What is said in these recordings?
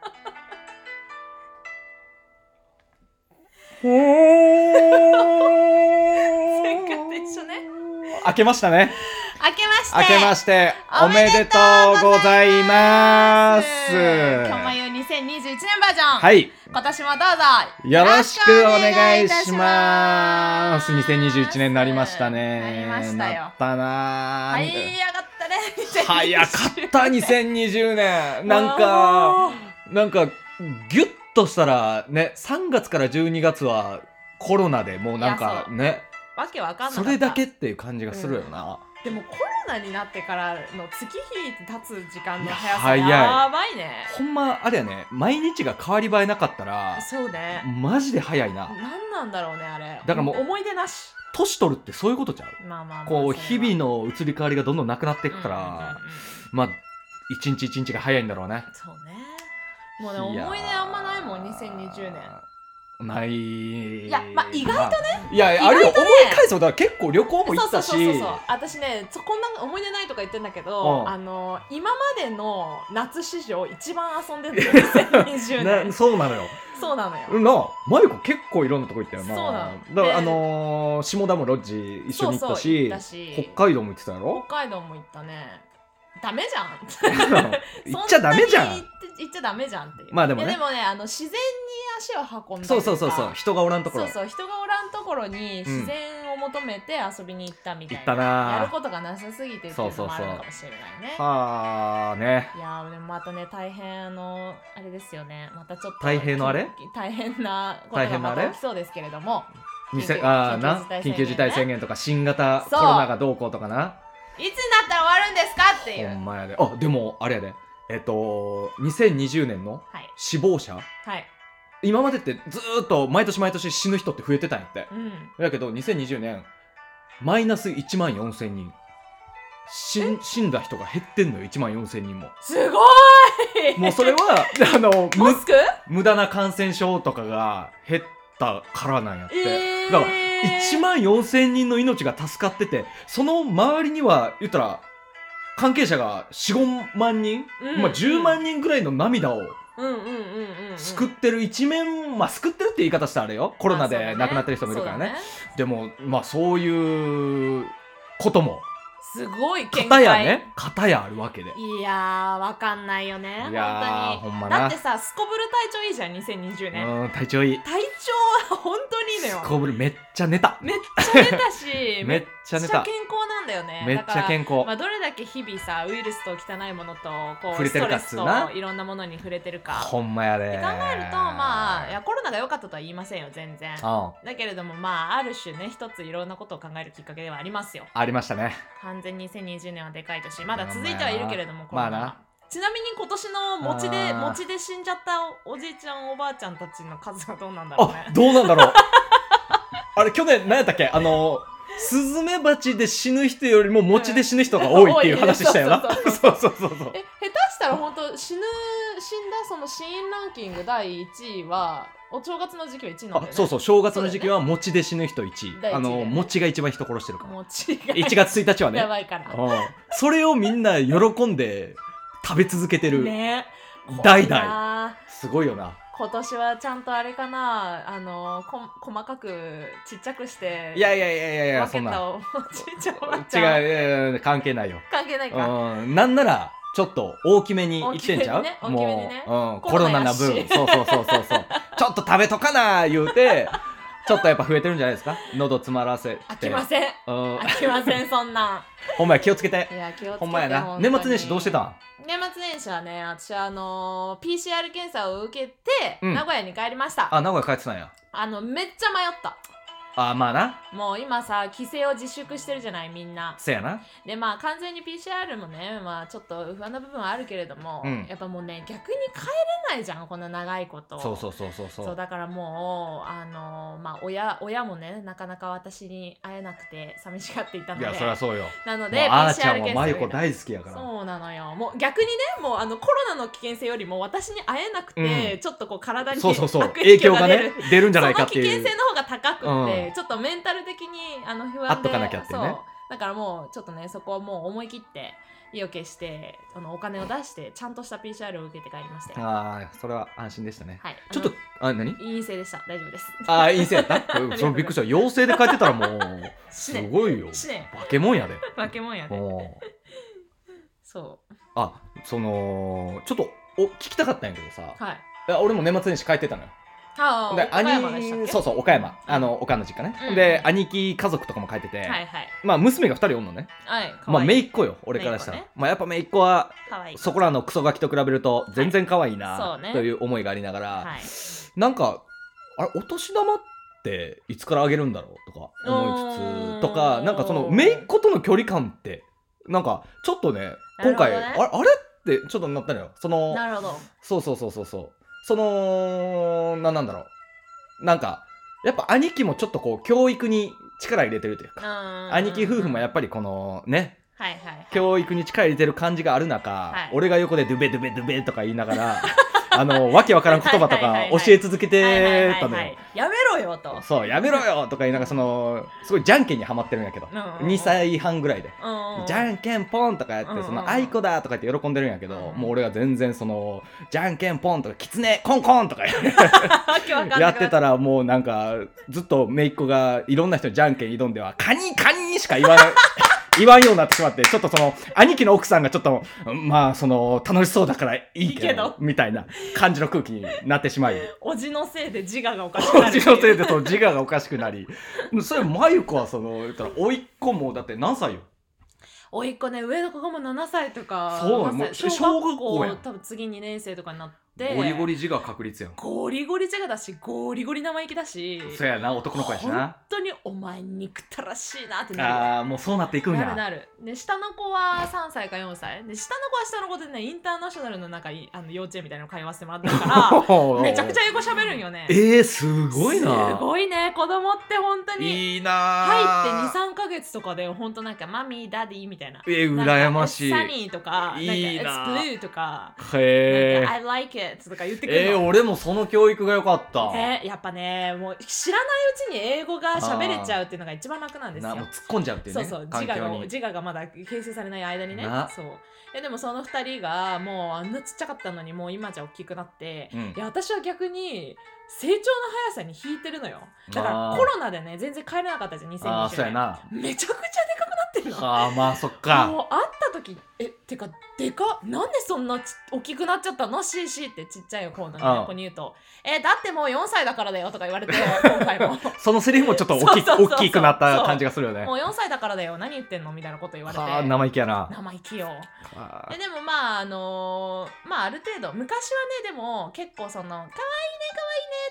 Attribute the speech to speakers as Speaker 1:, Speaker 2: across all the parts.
Speaker 1: 明けましたね。
Speaker 2: 明けまして
Speaker 1: 明けまして、お
Speaker 2: お
Speaker 1: め
Speaker 2: め
Speaker 1: で
Speaker 2: で
Speaker 1: と
Speaker 2: と
Speaker 1: う
Speaker 2: う
Speaker 1: ご
Speaker 2: ご
Speaker 1: ざ
Speaker 2: ざ
Speaker 1: い
Speaker 2: い
Speaker 1: ま。
Speaker 2: ますす今日まゆ2021年バージョン
Speaker 1: はい。
Speaker 2: 今年もどうぞ
Speaker 1: よろしくお願いします。
Speaker 2: よろしくお願いいたします
Speaker 1: 2021年になりましたね。
Speaker 2: なりましたよ
Speaker 1: なったな
Speaker 2: 早
Speaker 1: ぁ
Speaker 2: かったね
Speaker 1: 早かった、2020年。なん
Speaker 2: わ
Speaker 1: か、なんか、ぎゅっとしたら、ね、3月から12月はコロナでもうなん
Speaker 2: いや
Speaker 1: か
Speaker 2: そう
Speaker 1: ね、
Speaker 2: わけわかんなか
Speaker 1: そ
Speaker 2: った
Speaker 1: れだけっていう感じがするよな。
Speaker 2: でもコロナになってからの月日経つ時間の速さ
Speaker 1: いや早い
Speaker 2: やばいね
Speaker 1: ほんま、あれやね、毎日が変わり映えなかったら、
Speaker 2: そうね
Speaker 1: マジで早いな。
Speaker 2: 何なんだろうねあれだ
Speaker 1: からもう
Speaker 2: 思い出なし
Speaker 1: 年取るってそういうことちゃう
Speaker 2: まあまあまあ
Speaker 1: こう
Speaker 2: それ
Speaker 1: 日
Speaker 2: は
Speaker 1: 々の移り変わりがどんどんなくなっていくか
Speaker 2: うんうん
Speaker 1: ら
Speaker 2: うんうん
Speaker 1: まあ一日一日が早いんだろうね
Speaker 2: そうねもうね思い出あんまないもん2020年
Speaker 1: 年ない
Speaker 2: いやまあ意外
Speaker 1: とね、いや
Speaker 2: 意外とね
Speaker 1: あるよ思い返すとだから結構旅行も行ったし
Speaker 2: そうそうそうそう私ねそこんな思い出ないとか言ってんだけど、
Speaker 1: うん
Speaker 2: あの今までの夏史上一番遊んでるの2020
Speaker 1: な
Speaker 2: 年
Speaker 1: そうなのよ
Speaker 2: そうなのよ、
Speaker 1: なあマユ子結構いろんなとこ行ったよな
Speaker 2: そうなの
Speaker 1: だから、
Speaker 2: で
Speaker 1: あのー下田もロッジ一緒に行った
Speaker 2: そうそう行
Speaker 1: し
Speaker 2: ったし
Speaker 1: 北海道も行ってたやろ
Speaker 2: 北海道も行ったねダメじゃん
Speaker 1: 行っちゃダメじゃ
Speaker 2: そなんに行って行っちゃダメじゃんっていう
Speaker 1: まあでもね
Speaker 2: いやでもねあの自然に足を運んだ
Speaker 1: そうそうそうそう
Speaker 2: といか
Speaker 1: 人がおらんところ
Speaker 2: そうそう人がおらんところに自然を求めて遊びに行ったみたい
Speaker 1: 行
Speaker 2: な,、
Speaker 1: ったな
Speaker 2: やることがなさすぎてっていうのもあるのかもしれないね
Speaker 1: はあね
Speaker 2: いやーでもまたね大変あのあれですよねまたちょっと
Speaker 1: 大変のあれ
Speaker 2: き大変なこと
Speaker 1: 大
Speaker 2: が
Speaker 1: 変な
Speaker 2: ま
Speaker 1: あれ
Speaker 2: た起きそうですけれども
Speaker 1: にせ
Speaker 2: 緊急
Speaker 1: あーな緊
Speaker 2: 緊
Speaker 1: 急
Speaker 2: 急
Speaker 1: 事
Speaker 2: 事
Speaker 1: 態
Speaker 2: 態
Speaker 1: 宣
Speaker 2: 宣
Speaker 1: 言とか新型コ
Speaker 2: そう
Speaker 1: ロナがどうこうとかない
Speaker 2: つになったら終わるんですかってい
Speaker 1: ほん
Speaker 2: う
Speaker 1: まやであでもあれやでえっと2020年の
Speaker 2: はい
Speaker 1: 死亡者
Speaker 2: はい
Speaker 1: 今までってずーっと毎年毎年死ぬ人って増えてたんやって
Speaker 2: うん
Speaker 1: だけど2020年マイナス1万4千人死ん死んだ人が減ってんのよ1万4千人も
Speaker 2: すごい
Speaker 1: もうそれはあの
Speaker 2: マ
Speaker 1: む
Speaker 2: スク
Speaker 1: 無駄な感染症とかが減ったからなんやって、
Speaker 2: えー
Speaker 1: だから1万4千人の命が助かっててその周りには言ったら関係者が45万人、
Speaker 2: うん
Speaker 1: まあ、10万人ぐらいの涙を
Speaker 2: うんうんうんうんうん
Speaker 1: 救ってる一面、まあ救ってるって言い方したらあれよコロナ
Speaker 2: まあ
Speaker 1: で
Speaker 2: そうだね
Speaker 1: 亡くなってる人もいるからね,、
Speaker 2: そう
Speaker 1: でもまあそういうことも
Speaker 2: だねすごい見
Speaker 1: 片
Speaker 2: 解
Speaker 1: やね片やあるわけで
Speaker 2: いやーわかんないよね
Speaker 1: いやー
Speaker 2: 本当に
Speaker 1: ほんまな
Speaker 2: だってさすこぶる体調いいじゃん2020年
Speaker 1: うん体調いい
Speaker 2: 体調は本当にいいのよ
Speaker 1: こぶるめっちゃ寝た
Speaker 2: めっちゃ出たし
Speaker 1: めっちゃ寝た
Speaker 2: めっちゃ健康なんだよね
Speaker 1: めっちゃ健
Speaker 2: だから
Speaker 1: 康
Speaker 2: まあ、どれだけ日々さウイルスと汚いものとこう
Speaker 1: 触れてるかっつ
Speaker 2: ス
Speaker 1: う
Speaker 2: ト
Speaker 1: な
Speaker 2: レスといろんなものに触れてるか
Speaker 1: ほんまやで
Speaker 2: で考えるとまあいやコロナが良かったとは言いませんよ全然
Speaker 1: うん
Speaker 2: だけれどもまあある種ね一ついろんなことを考えるきっかけではありますよ
Speaker 1: ありましたね
Speaker 2: 完全に2020年はでかい年まだ続いてはいるけれどもコロ
Speaker 1: まあ
Speaker 2: ナ
Speaker 1: な
Speaker 2: はちなみに今年の餅で
Speaker 1: あー
Speaker 2: 餅で死んじゃったおおじいちゃんおばあちゃんたちの数はどうなんだろう
Speaker 1: あ
Speaker 2: ね
Speaker 1: どうなんだろう あれ去年何やったっけあのスズメバチで死ぬ人よりも餅で死ぬ人が多いっていう話したよな
Speaker 2: 多
Speaker 1: そ
Speaker 2: い
Speaker 1: うそうそうそう
Speaker 2: え下手したら本当死ぬ死んだその死因ランキング第1位はお正月の時期は1位なんだよ、
Speaker 1: あ
Speaker 2: ね、
Speaker 1: そうそう正月の時期は餅で死ぬ人1位、
Speaker 2: 第一位
Speaker 1: あの
Speaker 2: で
Speaker 1: 餅が一番人殺してるから
Speaker 2: もう血が
Speaker 1: 1月1日はね
Speaker 2: やばいから
Speaker 1: うんそれをみんな喜んで食べ続けてる、
Speaker 2: ね
Speaker 1: 代々
Speaker 2: 怖いなあ
Speaker 1: すごいよな
Speaker 2: 今年はちゃんとあれかなあのこ細かくちっちゃくして
Speaker 1: いやいやいやいやいやそ
Speaker 2: 分
Speaker 1: ん
Speaker 2: け
Speaker 1: な
Speaker 2: たおじいちゃんおばあち
Speaker 1: 違うい
Speaker 2: ゃん
Speaker 1: やいや関係ないよ、
Speaker 2: 関係ないか
Speaker 1: うん、 なんならちょっと大きめにいってんちゃう、
Speaker 2: 大きめにね
Speaker 1: もう、うん、
Speaker 2: 大き
Speaker 1: コ
Speaker 2: めにね
Speaker 1: ロナな分
Speaker 2: コロ ナ
Speaker 1: そうそ
Speaker 2: やし
Speaker 1: うそうそうそうちょっと食べとかな言うてちょっとやっぱ増えてるんじゃないですか喉詰まらせて
Speaker 2: 飽きません
Speaker 1: うん
Speaker 2: 飽きませんそんな
Speaker 1: ほんまや気をつけ
Speaker 2: ん
Speaker 1: て
Speaker 2: いや気をつけて
Speaker 1: ほんまやな
Speaker 2: 本当に
Speaker 1: 年末年始どうしてたん
Speaker 2: 年末年始はね私はあの PCR 検査を受けて、
Speaker 1: うん
Speaker 2: 名古屋に帰りました
Speaker 1: あ名古屋帰ってたんや
Speaker 2: あのめっちゃ迷った
Speaker 1: あまあな
Speaker 2: もう今さ帰省を自粛してるじゃないみんな
Speaker 1: せやな
Speaker 2: でまあ完全に PCR もねまあちょっと不安な部分はあるけれども、
Speaker 1: うん
Speaker 2: やっぱもうね逆に帰れないじゃんこんな長いこと
Speaker 1: そうそうそうそうそ
Speaker 2: そううだからもうあのまあ親親もねなかなか私に会えなくて寂しがっていた
Speaker 1: い
Speaker 2: ので
Speaker 1: やそりゃそうよ
Speaker 2: なの
Speaker 1: も
Speaker 2: で
Speaker 1: うあーちゃん
Speaker 2: PCR
Speaker 1: は
Speaker 2: 検
Speaker 1: マユ
Speaker 2: 査
Speaker 1: 子
Speaker 2: を
Speaker 1: 大好きやから
Speaker 2: そうなのよもう逆にねもうあのコロナの危険性よりも私に会えなくて、
Speaker 1: うん
Speaker 2: ちょっとこう体に
Speaker 1: そうそうそう
Speaker 2: 悪
Speaker 1: 影響が
Speaker 2: 出る
Speaker 1: ね出るんじゃないかって
Speaker 2: そ
Speaker 1: い
Speaker 2: の
Speaker 1: う
Speaker 2: 危険性の方が高くて、
Speaker 1: う
Speaker 2: ちょっとメンタル的にあの不安で
Speaker 1: あっとかなきゃってね
Speaker 2: そうだからもうちょっとねそこはもう思い切って意を決してあのお金を出してちゃんとした PCR を受けて帰りましたよ
Speaker 1: ああそれは安心でしたね
Speaker 2: はい
Speaker 1: ちょっとあ、何
Speaker 2: 陰性でした大丈夫です
Speaker 1: あ、陰性やった
Speaker 2: ざいま す
Speaker 1: それびっくりした。陽性で帰ってたらもう、すごいよ。
Speaker 2: 死ね
Speaker 1: 化け物やで。
Speaker 2: 化け物やで
Speaker 1: もう
Speaker 2: そう
Speaker 1: あ、その、ちょっと、お聞きたかったんやけどさ、
Speaker 2: はい
Speaker 1: いや俺も年末年始帰ってたのよ。
Speaker 2: はあ
Speaker 1: で
Speaker 2: 岡山でしたっけ
Speaker 1: 兄そうそう岡山あの岡の実家ね、
Speaker 2: うん
Speaker 1: で兄貴家族とかも帰ってて、
Speaker 2: はいはい
Speaker 1: まあ娘が2人おんのね
Speaker 2: はいか
Speaker 1: ま
Speaker 2: わ
Speaker 1: あ
Speaker 2: いい
Speaker 1: 姪っ子よ俺からしたら、
Speaker 2: 姪っ子
Speaker 1: まあやっぱ姪っ子は
Speaker 2: かわいい
Speaker 1: そこらのクソガキと比べると全然可愛い
Speaker 2: は
Speaker 1: な、
Speaker 2: いそうね
Speaker 1: という思いがありながら、
Speaker 2: はい
Speaker 1: なんかあれお年玉っていつからあげるんだろうとか思いつつとか
Speaker 2: おー
Speaker 1: なんかその姪っ子との距離感ってなんかちょっとね今回、
Speaker 2: な
Speaker 1: あ
Speaker 2: るほど
Speaker 1: れあれってちょっとなったのよその
Speaker 2: なるほど
Speaker 1: そうそうそうそうそうそのななんだろうなんかやっぱ兄貴もちょっとこう教育に力入れてるというか兄
Speaker 2: 兄
Speaker 1: 貴夫婦もやっ
Speaker 2: ぱ
Speaker 1: ぱりこのね
Speaker 2: はいはいはい
Speaker 1: 教育に力入れてる感じがある中、
Speaker 2: はい
Speaker 1: 俺が横で「ドゥベドゥベドゥベ」とか言いながら あのわけわからん言葉と
Speaker 2: はいはいは
Speaker 1: か
Speaker 2: いはい
Speaker 1: 教え続けてたの
Speaker 2: は
Speaker 1: よ
Speaker 2: い。やめろよと
Speaker 1: そうやめろよとか言いながらそのすごいじゃんけんにはまってるんやけど、
Speaker 2: うんうんうん
Speaker 1: 2歳半ぐらいで。
Speaker 2: うん
Speaker 1: じゃんけんポンとかやって、
Speaker 2: うんうん
Speaker 1: そのあいこだとか言って喜んでるんやけど、
Speaker 2: うん
Speaker 1: もう俺が全然そのじゃんけんポンとかきつねコンコンとかや
Speaker 2: わけわかんなくな
Speaker 1: やってたらもうなんかずっと姪っ子がいろんな人にじゃんけん挑んではカニカニしか言わない 言わんようになってしまってちょっとその兄貴の奥さんがちょっとまあその楽しそうだからいいけど
Speaker 2: いいけど
Speaker 1: みたいな感じの空気になってしまい
Speaker 2: おじのせいで自我がおかしくなる
Speaker 1: 父のせいでその自我がおかしくなりそれまゆ子はその言ったら甥っ子もだって何歳よ
Speaker 2: おいっ子ね上の子がもう7歳とか
Speaker 1: そうなの
Speaker 2: 8
Speaker 1: もう
Speaker 2: 歳
Speaker 1: 小
Speaker 2: 小
Speaker 1: 学
Speaker 2: 学
Speaker 1: 校
Speaker 2: 校
Speaker 1: やん
Speaker 2: 多分次2年生とかになって
Speaker 1: リ自我確率やん
Speaker 2: ゴリゴリジャガだしゴリゴリ生意気だし
Speaker 1: そやな男の子やし
Speaker 2: 本
Speaker 1: な
Speaker 2: 当にお前憎たらしいなってなる
Speaker 1: ああもうそうなっていくん
Speaker 2: な
Speaker 1: や
Speaker 2: るなるで下の子は3歳か4歳で下の子は下の子でねインターナショナルの中いあの幼稚園みたいなの通わせてもらってるか らめちゃくちゃ英語喋るんよね
Speaker 1: えー、すごいな
Speaker 2: すごいね子供って本当に
Speaker 1: いいな
Speaker 2: 入って23か月とかで本当なんかマミーダディみたいな
Speaker 1: えー、羨ましい
Speaker 2: なんかサニーとか、なんか
Speaker 1: いい
Speaker 2: It's
Speaker 1: な
Speaker 2: blue とか、
Speaker 1: へ
Speaker 2: なん
Speaker 1: ー
Speaker 2: か I like it とか言ってくる
Speaker 1: えー、
Speaker 2: の。
Speaker 1: 俺もその教育が良かった、
Speaker 2: ね、やっぱね、もう知らないうちに英語が喋れちゃうっていうのが一番楽なんですよ
Speaker 1: な。もう突っ込んじゃうっていう
Speaker 2: そう
Speaker 1: ね
Speaker 2: そう
Speaker 1: 環
Speaker 2: 自
Speaker 1: 境
Speaker 2: 我が
Speaker 1: に
Speaker 2: 自我がまだ形成されない間にね
Speaker 1: な
Speaker 2: そうえでもその2人がもうあんなちっちゃかったのにもう今じゃ大きくなって、
Speaker 1: うん
Speaker 2: いや私は逆に成長の速さに引いてるのよだか
Speaker 1: あ
Speaker 2: ら
Speaker 1: ー
Speaker 2: コロナでね全然帰れなかったじゃん
Speaker 1: ああそうや
Speaker 2: 2020
Speaker 1: な
Speaker 2: 年めちゃくちゃでかくなってるの
Speaker 1: あーまあそっ
Speaker 2: も
Speaker 1: か
Speaker 2: う会った時えてかでかなんでそんなち大きくなっちゃったのシーシーってちっちゃい方
Speaker 1: ああ
Speaker 2: の子に言うとえだってもう4歳だからだよとか言わ れて今回も
Speaker 1: そのセリフもちょっと大き
Speaker 2: そうそうそうそう
Speaker 1: 大きくなった感じがするよね
Speaker 2: もう4歳だからだよ何言ってんのみたいなこと言われて
Speaker 1: はあ生意気やな
Speaker 2: 生意気よ
Speaker 1: あ
Speaker 2: ででもまああのーまあある程度昔はねでも結構その可愛いね可愛いね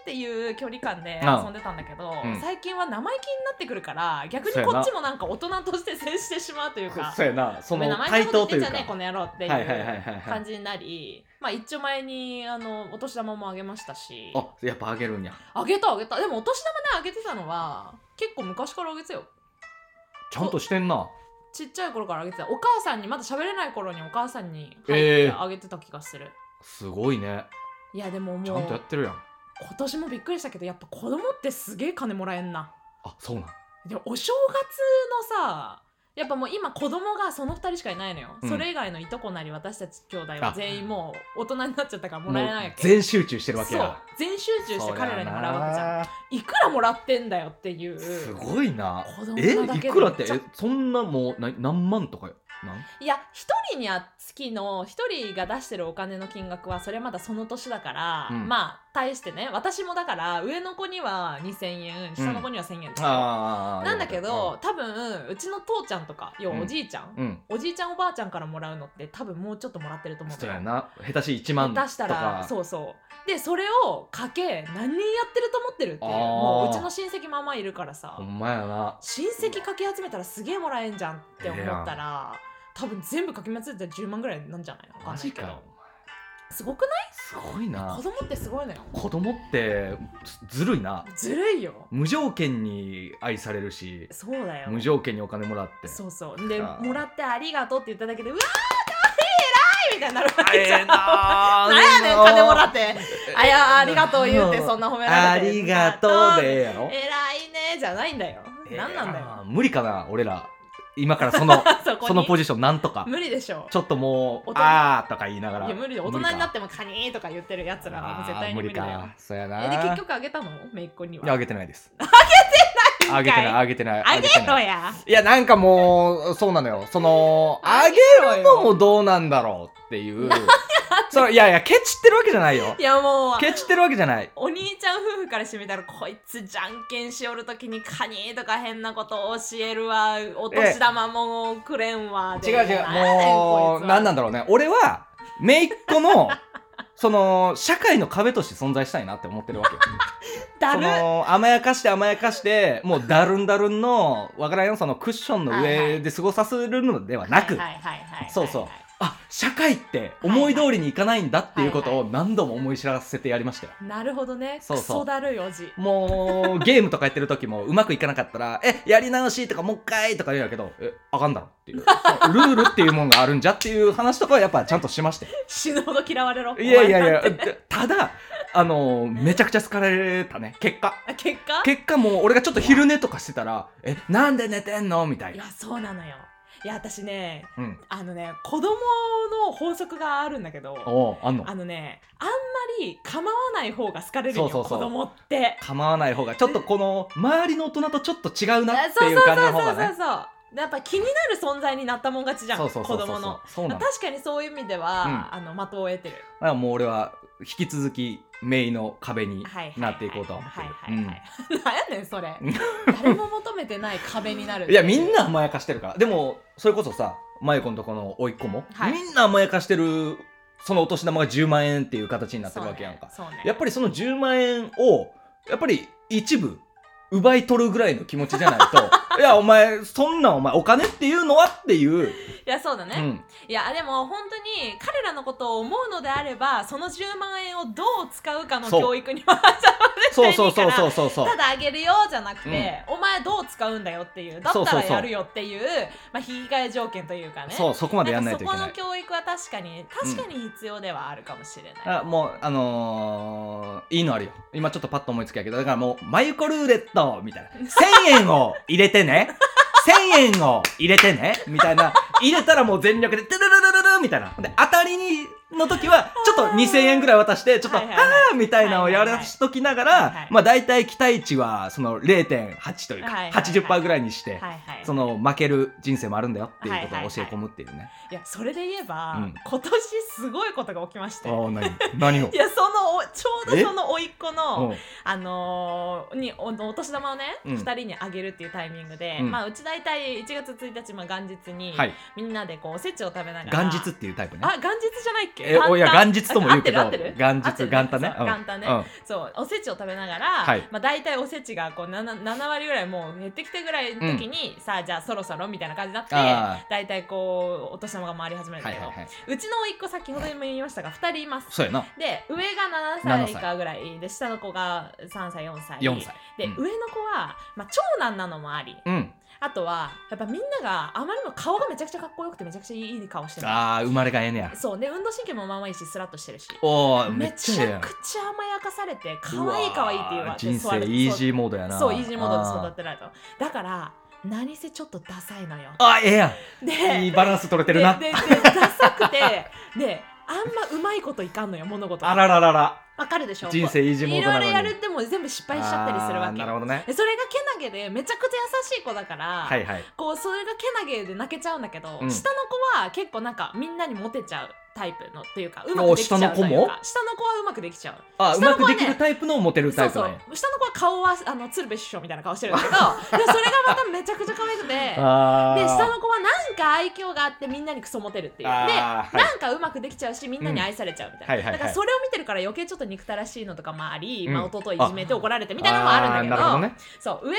Speaker 2: っていう距離感で
Speaker 1: ああ
Speaker 2: 遊んでたんだけど、
Speaker 1: うん
Speaker 2: 最近は生意気になってくるから逆に
Speaker 1: そうやな
Speaker 2: こっちもなんか大人として接してしまうというか
Speaker 1: ーそうやなそ
Speaker 2: お前
Speaker 1: の
Speaker 2: 名前
Speaker 1: 対
Speaker 2: のこと
Speaker 1: 等と
Speaker 2: 言
Speaker 1: い
Speaker 2: っ
Speaker 1: うか
Speaker 2: てんじゃねえこの野郎ってい
Speaker 1: はいはいはいはいうはい
Speaker 2: 感じになり、まあ一丁前にあのお年玉もあげましたし、
Speaker 1: あやっぱあげるんや
Speaker 2: あげたあげた。でもお年玉ねあげてたのは結構昔からあげてたよ。
Speaker 1: ちゃんとしてんな
Speaker 2: ちっちゃい頃からあげてた。お母さんにまだ喋れない頃にお母さんに入
Speaker 1: え
Speaker 2: って
Speaker 1: ー
Speaker 2: あげてた気がする。
Speaker 1: すごいね
Speaker 2: いやでも
Speaker 1: ち
Speaker 2: も
Speaker 1: ゃ
Speaker 2: うん
Speaker 1: とや
Speaker 2: 今
Speaker 1: ってるやん
Speaker 2: 年もびっくりしたけどやっぱ子供ってすげえ金もらえんな。
Speaker 1: あそうなん
Speaker 2: でもお正月のさやっぱもう今子供がその2人しかいないのよ、
Speaker 1: うん
Speaker 2: それ以外のいとこなり私たち兄弟は全員もう大人になっちゃったからもらえないわけ
Speaker 1: 全集中してるわけ
Speaker 2: そう
Speaker 1: や
Speaker 2: 全集中して彼らにもらうわけじゃん
Speaker 1: ん
Speaker 2: いくらもらってんだよっていう
Speaker 1: すごいな
Speaker 2: 子供
Speaker 1: え
Speaker 2: だけで
Speaker 1: いくらって
Speaker 2: めちゃ
Speaker 1: えそんなもうな何万とかなん
Speaker 2: いや一人には月の一人が出してるお金の金額はそれまだその年だから、
Speaker 1: うん
Speaker 2: まあ対してね私もだから上の子には2000円下の子には1000円、
Speaker 1: あー
Speaker 2: なんだけど多分うちの父ちゃんとか要
Speaker 1: うん
Speaker 2: はおじいちゃん
Speaker 1: うんうん
Speaker 2: おじいちゃんおばあちゃんからもらうのって多分もうちょっともらってると思う
Speaker 1: そう
Speaker 2: の
Speaker 1: や
Speaker 2: よ
Speaker 1: な下手し1万と
Speaker 2: 出したら
Speaker 1: か
Speaker 2: そうそうでそれをかけ何人やってると思ってるっていう
Speaker 1: あー
Speaker 2: もううちの親戚まあまあいるからさ
Speaker 1: ほんまやな
Speaker 2: 親戚かき集めたらすげえもらえんじゃんって思ったら多分全部かき集めたら10万ぐらいなんじゃないわか
Speaker 1: マ
Speaker 2: んない
Speaker 1: ジ
Speaker 2: け
Speaker 1: かよ
Speaker 2: どすごくない
Speaker 1: すごいな
Speaker 2: 子供ってすごいのよ
Speaker 1: 子供ってずずるいな
Speaker 2: ずるいよ
Speaker 1: 無条件に愛されるし
Speaker 2: そうだよ
Speaker 1: 無条件にお金もらって
Speaker 2: そうそうで
Speaker 1: あー
Speaker 2: もらってありがとうって言っただけでうわーかわいい偉いみたいになるわけじ
Speaker 1: え
Speaker 2: ゃ
Speaker 1: え
Speaker 2: ん
Speaker 1: な
Speaker 2: なんやねん金もら
Speaker 1: て
Speaker 2: ってあやありがとう言ってそんな褒め
Speaker 1: あ
Speaker 2: られて
Speaker 1: りがとうでええやろ
Speaker 2: 偉いねじゃないんだよ
Speaker 1: えー
Speaker 2: 何なんだよ
Speaker 1: 無理かな俺ら今からその
Speaker 2: そ こに
Speaker 1: そのポジションなんとか
Speaker 2: 無理でしょ
Speaker 1: ちょっともう
Speaker 2: 大人
Speaker 1: あーとか言いながら
Speaker 2: いや無理だよ大人になっててもカニーとか言ってるやつらはもう絶
Speaker 1: あー
Speaker 2: 対に
Speaker 1: 無
Speaker 2: 無
Speaker 1: 理
Speaker 2: 理だよ
Speaker 1: かそうやな
Speaker 2: えで結局あげたのめいっ子に
Speaker 1: いや
Speaker 2: は
Speaker 1: あげてないですあげてないあげてない
Speaker 2: あげろ
Speaker 1: い
Speaker 2: や
Speaker 1: いやなんかもうそうなのよそのあげ
Speaker 2: ろ
Speaker 1: るのもどうなんだろうっていうそのいやいやケチってるわけじゃないよ
Speaker 2: いやもう
Speaker 1: ケチってるわけじゃない
Speaker 2: お兄ちゃん夫婦からしてみたらこいつじゃんけんしおるときにカニとか変なことを教えるわお年玉もくれんわ
Speaker 1: 違う違うもう何なん
Speaker 2: だ
Speaker 1: だろうね俺は姪っ子のその社会の壁として存在したいなって思ってるわけよ
Speaker 2: だ
Speaker 1: そ
Speaker 2: る
Speaker 1: の甘やかして甘やかしてもうだるんだるんのわからんよそのクッションの
Speaker 2: はいは
Speaker 1: 上
Speaker 2: い
Speaker 1: で過ごさせるのではなく
Speaker 2: はいはいはいはいはい
Speaker 1: そうそうあ社会って思い通りにいかないんだっていうことを何度も思い知らせてやりましたよ
Speaker 2: なるほどね
Speaker 1: そうそう
Speaker 2: クソだるいおじ
Speaker 1: もうゲームとかやってる時もうまくいかなかったら「えやり直し」とか「もう一回」とか言うんやけど「えあかんだろ」 っていうそのルールっていうもんがあるんじゃっていう話とかはやっぱちゃんとしま したよ
Speaker 2: 死ぬほど嫌われろ
Speaker 1: いやいやい
Speaker 2: お前なん
Speaker 1: や
Speaker 2: て
Speaker 1: ただあのめちゃくちゃ好かれたね結果
Speaker 2: あ結果
Speaker 1: 結果もう俺がちょっと昼寝とかしてたら「えなんで寝てんの?」みたい
Speaker 2: い
Speaker 1: な
Speaker 2: や、そうなのよいや私ね
Speaker 1: うん、
Speaker 2: あのね子供の法則があるんだけど
Speaker 1: おうあんの
Speaker 2: あのねあんまり構わない方が好かれるんよ
Speaker 1: そうそうそう
Speaker 2: 子供って
Speaker 1: 構わない方がちょっとこの周りの大人とちょっと違うなって
Speaker 2: そう
Speaker 1: いう感じの方が
Speaker 2: そ
Speaker 1: ね
Speaker 2: うそうそうそうやっぱ気になる存在になったもん勝ちじゃん
Speaker 1: そうそうそうそう
Speaker 2: 子供の
Speaker 1: そうなのだか
Speaker 2: 確かにそういう意味では、あの的を得てる
Speaker 1: らもう俺は引き続きメイの壁になっていこうとは思って
Speaker 2: はい
Speaker 1: る
Speaker 2: は
Speaker 1: う
Speaker 2: いはい、
Speaker 1: ん
Speaker 2: はいはい、何やねんそれ誰も求めてない壁になる
Speaker 1: いやみんな甘やかしてるからでもそれこそさマユ子のとこの甥っ子も、
Speaker 2: はい
Speaker 1: みんな甘やかしてるそのお年玉が10万円っていう形になってるわけやんか、
Speaker 2: そうねそうね
Speaker 1: やっぱりその10万円をやっぱり一部奪い取るぐらいの気持ちじゃない といやお前そんなお前お金っていうのはっていう、
Speaker 2: いやそうだね、
Speaker 1: うん、
Speaker 2: いやでも本当に彼らのことを思うのであればその10万円をどう使うかの
Speaker 1: そう
Speaker 2: 教育には そ
Speaker 1: そううそうそうそううそうそう
Speaker 2: ただあげるよじゃなくて、お前どう使うんだよっていうだ
Speaker 1: そ
Speaker 2: っ
Speaker 1: う
Speaker 2: た
Speaker 1: そう
Speaker 2: ら
Speaker 1: そう
Speaker 2: やるよっていうまあ引き換え条件というかね
Speaker 1: そうそこまでやんないといけ
Speaker 2: んか
Speaker 1: な
Speaker 2: そ
Speaker 1: い
Speaker 2: この教育は確かに確かに必要ではあるかもしれない、
Speaker 1: あもうあのーいいのあるよ今ちょっとパッと思いつきやけどだからもうマユコルーレットみたいな1000円を入れてね1000円を入れてねみたいな入れたらもう全力でトゥルルルルルみたいなで当たりにの時はちょっと2000円ぐらい渡してちょっと「あ
Speaker 2: はいはいはい
Speaker 1: あ」みたいなのをやらしときなが
Speaker 2: はいはいは
Speaker 1: ら
Speaker 2: い
Speaker 1: まあ大体期待値はその0.8というか
Speaker 2: はいはいはい
Speaker 1: 80%ぐらいにして
Speaker 2: はいはい
Speaker 1: その負ける人生もあるんだよっていうことを教え込むっていうね
Speaker 2: いやそれで言えば、
Speaker 1: うん
Speaker 2: 今年すごいことが起きまして
Speaker 1: ああ何何を
Speaker 2: いやそのおちょう
Speaker 1: え
Speaker 2: どその甥っ子の
Speaker 1: うん
Speaker 2: あのーにおお年玉をね、
Speaker 1: う
Speaker 2: 二
Speaker 1: ん
Speaker 2: 2人にあげるっていうタイミングで、
Speaker 1: うん
Speaker 2: まあうち大体1月1日、まあ、元日に、
Speaker 1: はい
Speaker 2: みんなでこうおせちを食べながら
Speaker 1: 元日っていうタイプね
Speaker 2: あ元日じゃないっけ
Speaker 1: えおいや元日とも言うけど
Speaker 2: 合ってる合ってる
Speaker 1: 元日
Speaker 2: 合ってる
Speaker 1: 元旦ね
Speaker 2: そう
Speaker 1: うん
Speaker 2: 元旦ね、そうおせちを食べながら、
Speaker 1: はい
Speaker 2: まあ、大体おせちがこう 7, 7割ぐらいもう減ってきてぐらいの時に、さあじゃあそろそろみたいな感じになって
Speaker 1: あ
Speaker 2: 大体こうお年玉が回り始めるん
Speaker 1: は
Speaker 2: だ
Speaker 1: いは
Speaker 2: けど、
Speaker 1: いはいう
Speaker 2: ちの甥っ子先ほども言いましたが2人います
Speaker 1: そうやな
Speaker 2: で上が7歳以下ぐらいで下の子が3歳4歳
Speaker 1: 4歳
Speaker 2: で、
Speaker 1: うん
Speaker 2: 上の子は、まあ、長男なのもあり
Speaker 1: うん
Speaker 2: あとはやっぱみんながあまりにも顔がめちゃくちゃかっこよくてめちゃくちゃいい顔してる
Speaker 1: ああ生まれがええねや
Speaker 2: そうね運動神経もまあまあいいしスラッとしてるし
Speaker 1: おおめ
Speaker 2: め
Speaker 1: っちゃ
Speaker 2: ち
Speaker 1: ええや
Speaker 2: ゃ
Speaker 1: ん
Speaker 2: くちゃ甘やかされて可愛い可愛いって言われて
Speaker 1: 人
Speaker 2: そうや
Speaker 1: 生
Speaker 2: って
Speaker 1: イージーモードや
Speaker 2: そう
Speaker 1: な
Speaker 2: そうイージーモードで
Speaker 1: あ
Speaker 2: 育てられたのだから何せちょっとダサいのよ
Speaker 1: ーあええやんい
Speaker 2: で
Speaker 1: いバランス取れてるな
Speaker 2: でででダサくてであんまうまいこといかんのよ物事が
Speaker 1: あらららら
Speaker 2: わかるでしょ
Speaker 1: 人生イージーモー
Speaker 2: い
Speaker 1: ド
Speaker 2: ろ
Speaker 1: ないの
Speaker 2: ろ
Speaker 1: に
Speaker 2: やるっても全部失敗しちゃったりするわ
Speaker 1: あー
Speaker 2: け
Speaker 1: なるほどね
Speaker 2: でそれがけなげでめちゃくちゃ優しい子だから、
Speaker 1: はいはい
Speaker 2: こうそれがけなげで泣けちゃうんだけど、
Speaker 1: うん
Speaker 2: 下の子は結構なんかみんなにモテちゃうタイプのっていうかうま
Speaker 1: お
Speaker 2: くできちゃうというか
Speaker 1: 下の子も
Speaker 2: 下の子はうまくできちゃう
Speaker 1: あう
Speaker 2: 下の
Speaker 1: ま
Speaker 2: 子はね
Speaker 1: くできるタイプのをモテるタ
Speaker 2: そう
Speaker 1: イプ
Speaker 2: そう
Speaker 1: ね
Speaker 2: 下の子は顔はあの鶴瓶師匠みたいな顔してるんだ けどでそれがまためちゃくちゃ可愛くて
Speaker 1: あ
Speaker 2: で下
Speaker 1: あ
Speaker 2: の子はなんか愛嬌があってみんなにクソモテるっていうで
Speaker 1: あーはい
Speaker 2: なんかうまくできちゃうしみんなに愛されちゃうみたいな、
Speaker 1: うんはいはいはい
Speaker 2: だからそれを見てるから余計ちょっと憎たらしいのとかもあり、
Speaker 1: うん
Speaker 2: まあ、弟いじめて怒られてみたいなのもあるんだけど
Speaker 1: あーなるほどね
Speaker 2: そう上の子にね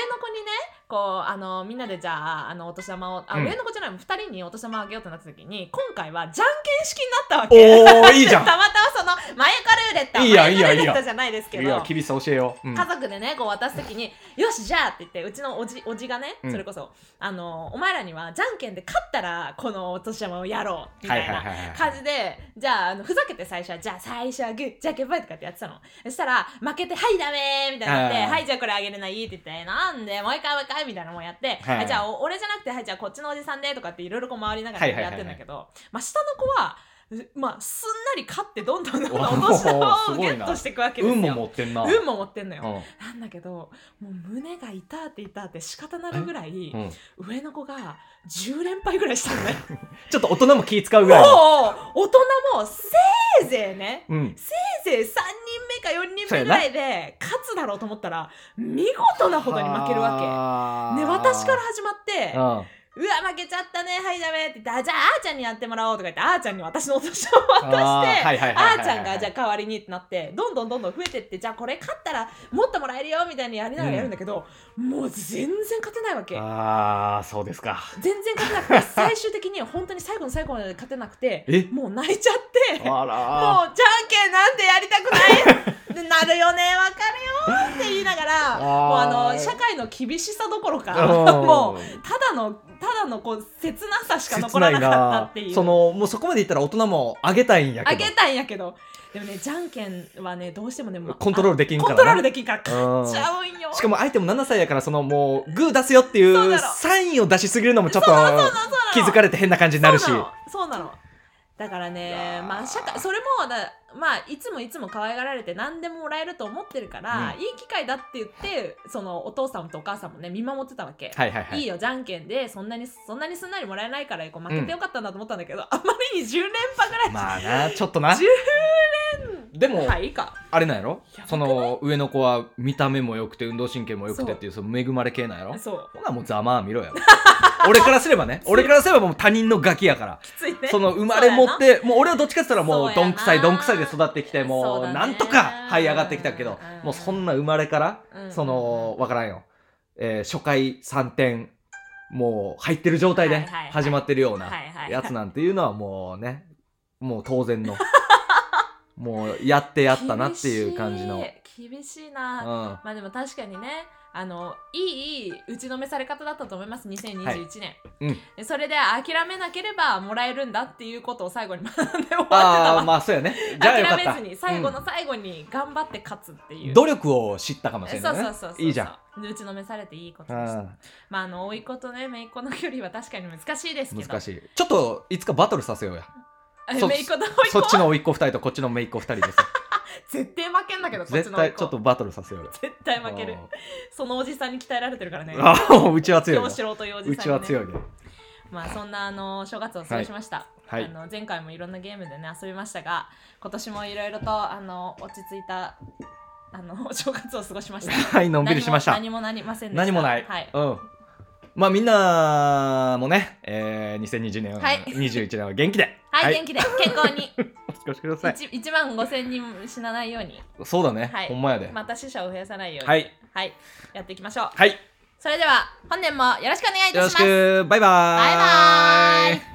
Speaker 2: こうあのみんなでじゃああのお年玉をあ、
Speaker 1: うん
Speaker 2: 上の子じゃない2人にお年玉をあげようとなった時に今回はじゃんけん式になったわけ
Speaker 1: おおいいじゃん
Speaker 2: たまたまそのマヤカルーレット
Speaker 1: いいや
Speaker 2: マヤカルー
Speaker 1: いいやい
Speaker 2: レッ
Speaker 1: い
Speaker 2: ト
Speaker 1: や
Speaker 2: じゃないですけ
Speaker 1: い
Speaker 2: ど
Speaker 1: や厳しさ教えよううん
Speaker 2: 家族でねこう渡す時に 「よしじゃあ」って言ってうちのおじおじがね
Speaker 1: うん
Speaker 2: それこそ、あの「お前らにはじゃんけんで勝ったらこのお年玉をやろう」みたいな
Speaker 1: はいはいはいはい
Speaker 2: 感じでじゃああのふざけて最初は「じゃあ最初はグッじゃんけんぽい」とかってやってたのそしたら負けて「はいダメ」みたいになって「
Speaker 1: あー
Speaker 2: はいじゃあこれあげれない」って言って「なんでもう一回もう一回いみたいなもんやって、
Speaker 1: はい
Speaker 2: あじゃあお俺じゃなくてはいじゃあこっちのおじさんでとかっていろいろこう回りながら
Speaker 1: はいはいは
Speaker 2: や
Speaker 1: いは
Speaker 2: っ
Speaker 1: い
Speaker 2: てんだけど、まあ下の子はうまあすんなり勝ってどんどんどんどんお年
Speaker 1: おー
Speaker 2: 玉を
Speaker 1: すご
Speaker 2: ゲ
Speaker 1: いな
Speaker 2: ットしていくわけですよ。
Speaker 1: 運も持ってんな。
Speaker 2: 運も持ってんのよ、
Speaker 1: うん
Speaker 2: なんだけどもう胸が痛って痛って仕方なるぐらい、
Speaker 1: うん
Speaker 2: 上の子が10連敗ぐらいしたんだよ。
Speaker 1: ちょっと大人も気使うぐ
Speaker 2: も
Speaker 1: らいの。
Speaker 2: う大人もせいぜいね
Speaker 1: うん。
Speaker 2: せいぜい3人目か4人目ぐらいで勝つだろうと思ったら見事なほどに負けるわけ。ね、私から始まって
Speaker 1: う、ん。
Speaker 2: うわ、負けちゃったね、はい、ダメって言って、あ、じゃあ、あーちゃんにやってもらおうとか言って、あーちゃんに私のお年を渡して、
Speaker 1: はいはいはいはいはい
Speaker 2: あーちゃんがじゃあ代わりにってなってどんどんどんどん増えてってじゃあこれ勝ったらもっともらえるよみたいにやりながらやるんだけど、もう全然勝てないわけ
Speaker 1: ああ、そうですか。
Speaker 2: 全然勝てな くて最終的に本当に最後の最後まで勝てなくて
Speaker 1: え
Speaker 2: もう泣いちゃってもう
Speaker 1: あ
Speaker 2: じ
Speaker 1: らー。
Speaker 2: ゃんけんなんてやりたくない ってなるよねわかるよって言いながら
Speaker 1: あー
Speaker 2: もうあの社会の厳しさどころか
Speaker 1: うん
Speaker 2: もうただのただのこう切なさしか残
Speaker 1: 切
Speaker 2: ら
Speaker 1: な
Speaker 2: ないかった
Speaker 1: な
Speaker 2: っていう。
Speaker 1: そのもうそこまでいったら大人もあげたいんやけ
Speaker 2: あ
Speaker 1: ど
Speaker 2: げたいんやけどでもねじゃんけんはねどうしてもねもう
Speaker 1: コントロールできんから
Speaker 2: コ
Speaker 1: な
Speaker 2: ントロールできんから勝
Speaker 1: うん
Speaker 2: っち
Speaker 1: し
Speaker 2: ゃうんよ
Speaker 1: かも相手も7歳やからそのもうグー出すよってい
Speaker 2: そう
Speaker 1: う
Speaker 2: だろ
Speaker 1: サインを出しすぎるのもちょっと気づ
Speaker 2: れ
Speaker 1: かれて変な感じになるし
Speaker 2: そうなのそうなのだからね
Speaker 1: うわー
Speaker 2: まあ社会それもだまあいつもいつも可愛がられて何でももらえると思ってるから、
Speaker 1: う
Speaker 2: いい機会だって言ってそのお父さんとお母さんもね見守ってたわけ、
Speaker 1: はいはいはい
Speaker 2: いよじゃんけんでそんなにそんなにすんなりもらえないからこう負けてよかったんだと思ったんだけど、あまりに10連覇ぐらい
Speaker 1: まあなちょっとな
Speaker 2: 10
Speaker 1: でも、
Speaker 2: はいいいか
Speaker 1: あれなんやろ
Speaker 2: やばくない
Speaker 1: その上の子は見た目も良くて運動神経も良くてっていうその恵まれ系なんやろ
Speaker 2: そう
Speaker 1: ほなもうざまあ見ろや 俺からすればね俺からすればもう他人のガキやから
Speaker 2: きついね
Speaker 1: その生まれ持ってもう俺はどっちかって言ったらも
Speaker 2: そうや
Speaker 1: う
Speaker 2: な
Speaker 1: どんくさいどんくさいで育ってきても
Speaker 2: そう
Speaker 1: う
Speaker 2: だね
Speaker 1: なんとか這い上がってきたけど
Speaker 2: うん
Speaker 1: もうそんな生まれから
Speaker 2: うん
Speaker 1: そのわからんよえー初回3点もう入ってる状態
Speaker 2: は
Speaker 1: で
Speaker 2: いはいはい
Speaker 1: 始まってるような
Speaker 2: はいはい
Speaker 1: やつなんていうのはもうねもう当然 のもうやってやったなっていう感じの。
Speaker 2: 厳しい厳しいな、
Speaker 1: うん
Speaker 2: まあでも確かにねあのいい打ちのめされ方だったと思います2021年、
Speaker 1: うん
Speaker 2: でそれで諦めなければもらえるんだっていうことを最後に学んで終わってた
Speaker 1: ああ
Speaker 2: わ、
Speaker 1: まあそうやねじゃあよかった
Speaker 2: 諦めずに最後
Speaker 1: う
Speaker 2: の最後に頑張って勝つってい
Speaker 1: ん
Speaker 2: う、
Speaker 1: 努力を知ったかもしれ
Speaker 2: そ
Speaker 1: な
Speaker 2: う
Speaker 1: いね
Speaker 2: そうそうそうい
Speaker 1: いじゃん
Speaker 2: 打ちのめされていいこと
Speaker 1: う
Speaker 2: でした
Speaker 1: ん
Speaker 2: まああの甥っ子とね姪っ子の距離は確かに難しいですけど
Speaker 1: 難しいちょっといつかバトルさせようや
Speaker 2: え
Speaker 1: そ
Speaker 2: 姪っ子と甥っ子
Speaker 1: そっちの甥っ子2人と こっちの姪っ子2人です
Speaker 2: 絶対負けんだけどこっち
Speaker 1: 絶
Speaker 2: の甥っ
Speaker 1: 対
Speaker 2: 子
Speaker 1: ちょっとバトルさせようよ
Speaker 2: 絶対負けるそのおじさんに鍛えられてるからね
Speaker 1: ああうちは強い
Speaker 2: 京
Speaker 1: よ
Speaker 2: 四郎というおじさん、
Speaker 1: う
Speaker 2: ね、
Speaker 1: ちは強いね
Speaker 2: まあそんなあの正月を過ごしました、
Speaker 1: はい
Speaker 2: あの前回もいろんなゲームでね遊びましたが今年もいろいろとあの落ち着いたあの正月を過ごしました
Speaker 1: はい のんびりしました
Speaker 2: 何も何もなりませんでした
Speaker 1: 何もない
Speaker 2: はい、
Speaker 1: うんまあみんなもねえー2020年
Speaker 2: はい
Speaker 1: 21年は元気で
Speaker 2: はい元気で健康 に
Speaker 1: お過ごしください
Speaker 2: 1, 万5千人死なないように
Speaker 1: そうだね
Speaker 2: はい
Speaker 1: ほんまやで
Speaker 2: また死者を増やさないように
Speaker 1: はい、
Speaker 2: はい、やっていきましょう
Speaker 1: はい
Speaker 2: それでは本年もよろしくお願いい
Speaker 1: よ
Speaker 2: た
Speaker 1: ろ
Speaker 2: し
Speaker 1: し
Speaker 2: ます
Speaker 1: くバイバー
Speaker 2: バイバーイ